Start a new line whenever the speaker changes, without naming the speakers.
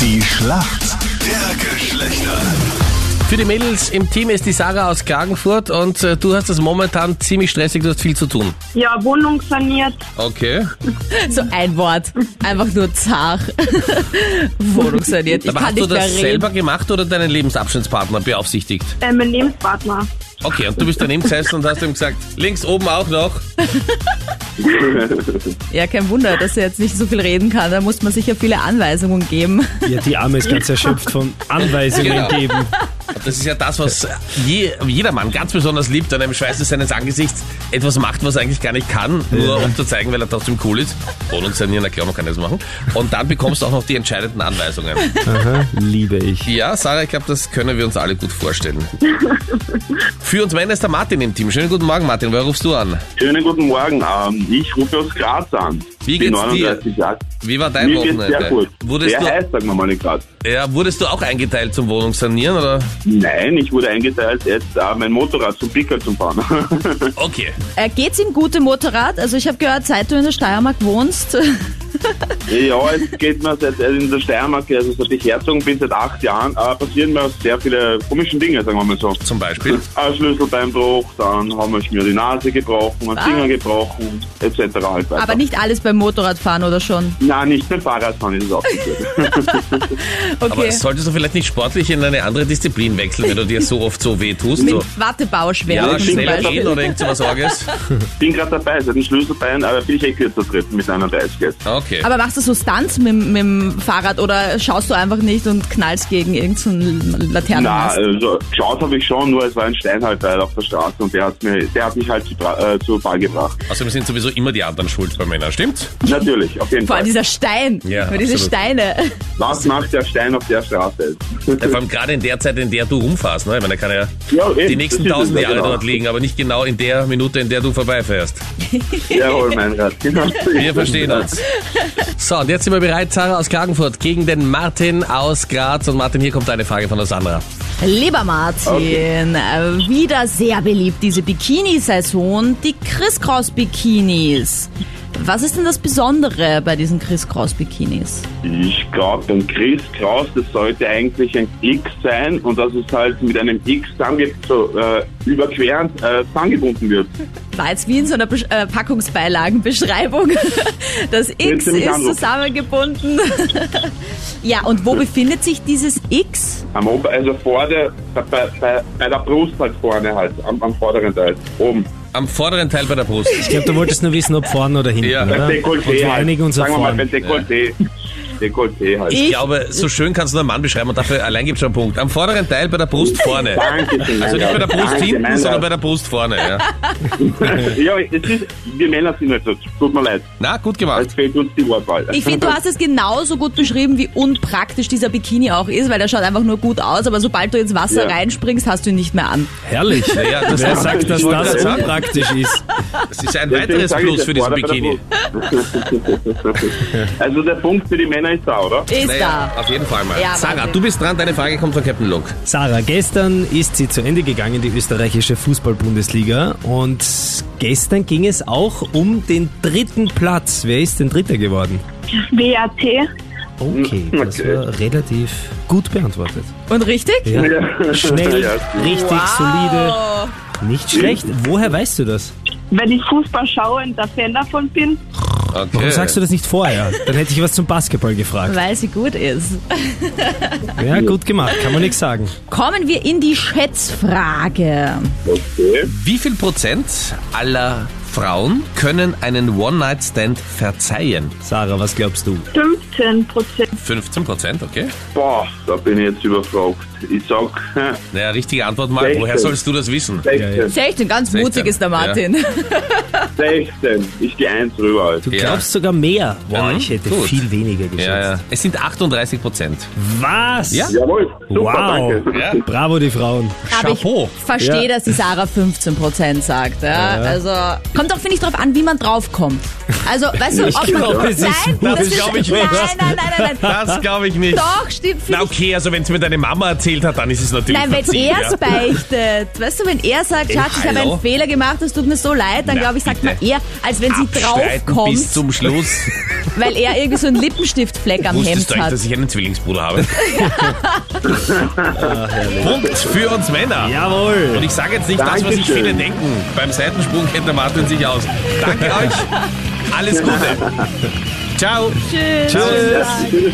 Die Schlacht der Geschlechter.
Für die Mädels im Team ist die Sarah aus Klagenfurt und äh, du hast das momentan ziemlich stressig, du hast viel zu tun.
Ja, Wohnung saniert.
Okay.
So ein Wort. Einfach nur zach. Wohnung saniert. Ich
Aber
kann
hast du
nicht mehr
das
reden.
selber gemacht oder deinen Lebensabschnittspartner beaufsichtigt?
Äh, mein Lebenspartner.
Okay, und du bist daneben gesessen und hast ihm gesagt, links oben auch noch.
Ja, kein Wunder, dass er jetzt nicht so viel reden kann. Da muss man sicher viele Anweisungen geben.
Ja, die Arme ist ganz erschöpft von Anweisungen
Genau.
geben.
Das ist ja das, was je, jeder Mann ganz besonders liebt, an einem Schweiß seines Angesichts etwas macht, was er eigentlich gar nicht kann, nur um zu zeigen, weil er trotzdem cool ist. Wohnung sanieren, na klar, man kann das machen. Und dann bekommst du auch noch die entscheidenden Anweisungen.
Aha, liebe ich.
Ja, Sarah, ich glaube, das können wir uns alle gut vorstellen. Für uns Männer ist der Martin im Team. Schönen guten Morgen, Martin. Woher rufst du an?
Schönen guten Morgen. Ähm, ich rufe aus Graz an.
Wie
Bin
geht's dir?
39 Jahre.
Wie war dein
Mir
Wochenende?
Geht's sehr gut.
Wurdest,
sehr
du,
heiß, sagen wir mal in Graz.
ja, wurdest du auch eingeteilt zum Wohnungssanieren? Oder?
Nein, ich wurde eingeteilt, jetzt äh, mein Motorrad zum Pickel zu fahren.
Okay.
Äh, geht's ihm gut im Motorrad? Also ich habe gehört, seit du in der Steiermark wohnst.
ja, jetzt geht mir seit also in der Steiermark, also seit ich herzogen bin, seit acht Jahren, äh, passieren mir sehr viele komische Dinge, sagen wir mal so.
Zum Beispiel?
Ein Schlüsselbeinbruch, dann haben wir mir die Nase gebrochen, einen
Ah.
Finger gebrochen, etc. Halt weiter.
Aber nicht alles beim Motorradfahren oder schon?
Nein, nicht beim Fahrradfahren ist es aufgeführt.
Aber
Okay.
solltest du vielleicht nicht sportlich in eine andere Disziplin wechseln, wenn du dir so oft so weh tust?
Mit
So, ja,
Wattebauschwerden zum
schneller
Beispiel.
gehen oder irgend sowas Orges?
bin gerade dabei, seit dem Schlüsselbein, aber bin ich eh kürzer treten mit einer 30 jetzt.
Okay.
Aber machst du so Stunts mit, mit dem Fahrrad oder schaust du einfach nicht und knallst gegen irgendeinen
Na,
Laternenmast?
also geschaut habe ich schon, nur es war ein Stein halt weit auf der Straße und der hat, mir, der hat mich halt zu, Bra- äh, zu Ball gebracht.
Außerdem Also, sind sowieso immer die anderen schuld bei Männern, stimmt's?
Natürlich, auf jeden
Vor allem
Fall.
dieser Stein.
äh, Ja,
Für diese
absolut.
Steine.
Was macht der Stein auf der Straße?
Ja, vor allem gerade in der Zeit, in der du rumfährst. Ne? Ich meine, da kann er
Ja, eben,
die nächsten
das ist es ja
tausend Jahre
genau.
dort liegen, aber nicht genau in der Minute, in der du vorbeifährst.
Jawohl, mein Rat. Genau.
Wir verstehen uns. So, und jetzt sind wir bereit, Sarah aus Klagenfurt gegen den Martin aus Graz. Und Martin, hier kommt eine Frage von der Sandra.
Lieber Martin, äh, wieder sehr beliebt diese Bikini-Saison, die Criss-Cross-Bikinis. Was ist denn das Besondere bei diesen Criss-Cross-Bikinis?
Ich glaube, beim Chris Kraus, das sollte eigentlich ein X sein und dass es halt mit einem X zusammenge- so, äh, überquerend äh, zusammengebunden wird.
War jetzt wie in so einer Besch äh, Packungsbeilagenbeschreibung. Das X
Willst du mich
ist
anrufen?
zusammengebunden. Ja, und wo befindet sich dieses X?
Am Ober, also vor der, bei, bei, bei der Brust halt vorne halt, am, am vorderen Teil, oben.
Am vorderen Teil bei der Brust.
Ich glaube, du wolltest nur wissen, ob vorne oder hinten,
Ja.
oder?
Beim
Und
Dekolleté
wir
halt.
einigen uns auf
Sagen wir mal, beim
vorne.
Dekolleté. Dekolleté halt.
Ich
Ich-
glaube, so schön kannst du einen Mann beschreiben und dafür allein gibt's schon einen Punkt. Am vorderen Teil bei der Brust vorne.
Dankeschön.
Also nicht bei der Brust hinten, sondern bei
der
der Brust vorne. Ja.
Ja, es ist, wir Männer sind halt so. Tut mir leid.
Na, gut gemacht.
Es fehlt uns die Wortwahl.
Ich finde, du hast es genauso gut beschrieben, wie unpraktisch dieser Bikini auch ist, weil der schaut einfach nur gut aus, aber sobald du ins Wasser
Ja.
reinspringst, hast du ihn nicht mehr an.
Herrlich.
Ja, das,
Wer sagt, dass
Ich wollte
das
gerade sagen,
unpraktisch ist?
das ist ein
Deswegen
weiteres
sage ich
Plus
das
für diesen
vorne bei der
Bikini.
Brust. also der Punkt für die Männer ist da, oder?
Ist da.
Naja, auf jeden Fall mal.
Ja,
Sarah,
Wahnsinn.
du bist dran. Deine Frage kommt von Captain Luke.
Sarah, gestern ist sie zu Ende gegangen, die österreichische Fußball-Bundesliga. Und gestern ging es auch um den dritten Platz. Wer ist denn Dritter geworden?
WAT.
Okay, das
Hm, Okay.
war relativ gut beantwortet.
Und richtig?
Ja.
Ja.
Schnell,
Ja. Hm.
richtig, solide, nicht schlecht. Woher weißt du das?
Wenn ich Fußball schaue und da Fan davon bin,
Okay.
Warum sagst du das nicht vorher? Dann hätte ich was zum Basketball gefragt.
Weil sie gut ist.
Ja, gut gemacht, kann man nichts sagen.
Kommen wir in die Schätzfrage.
Okay.
Wie viel Prozent aller Frauen können einen One-Night-Stand verzeihen?
Sarah, was glaubst du?
15 Prozent.
15 Prozent, okay.
Boah, da bin ich jetzt überfragt. Ich sag, hä,
Naja, richtige Antwort mal.
Sechzehn.
Woher sollst du das wissen?
16,
16, ganz
16,
mutig ist der Martin.
16. Ich gehe eins rüber. Halt.
Du
Ja.
glaubst sogar mehr. Wow,
Mhm,
ich hätte
gut.
viel weniger geschätzt.
Ja, ja. Es sind 38 Prozent.
Was?
Ja.
Jawohl, super,
Wow.
danke.
Ja.
Bravo, die Frauen.
Aber
Chapeau.
ich verstehe,
Ja.
dass die Sarah 15% sagt. Ja? Also kommt auch, finde ich, drauf an, wie man draufkommt. Also, weißt du, ob man.
glaube, es ist-
nein,
das
das ist,
glaube ich nicht.
nein, nein, nein, nein, nein, nein.
Das glaube ich nicht.
Doch, stimmt.
Na
finde ich-
okay, also wenn es mir deine Mama erzählt hat, dann ist es natürlich
Nein, wenn
verziehen,
er es beichtet, weißt du, wenn er sagt, Schatz, ich habe
hallo?
einen Fehler gemacht, es tut mir so leid, dann
Na,
glaube ich, sagt man
bitte.
eher, als wenn sie
Abschneiden bis
draufkommt,
zum Schluss.
weil er irgendwie so einen Lippenstiftfleck am
Wusstest du
Hemd
eigentlich,
hat.
dass ich einen Zwillingsbruder habe? Punkt für uns Männer.
Jawohl.
Und ich sage jetzt nicht das, was sich
Dankeschön.
viele denken. Beim Seitensprung kennt der Martin sich aus. Danke euch. Alles Gute. Ciao.
Tschüss.
Ciao.
Tschüss.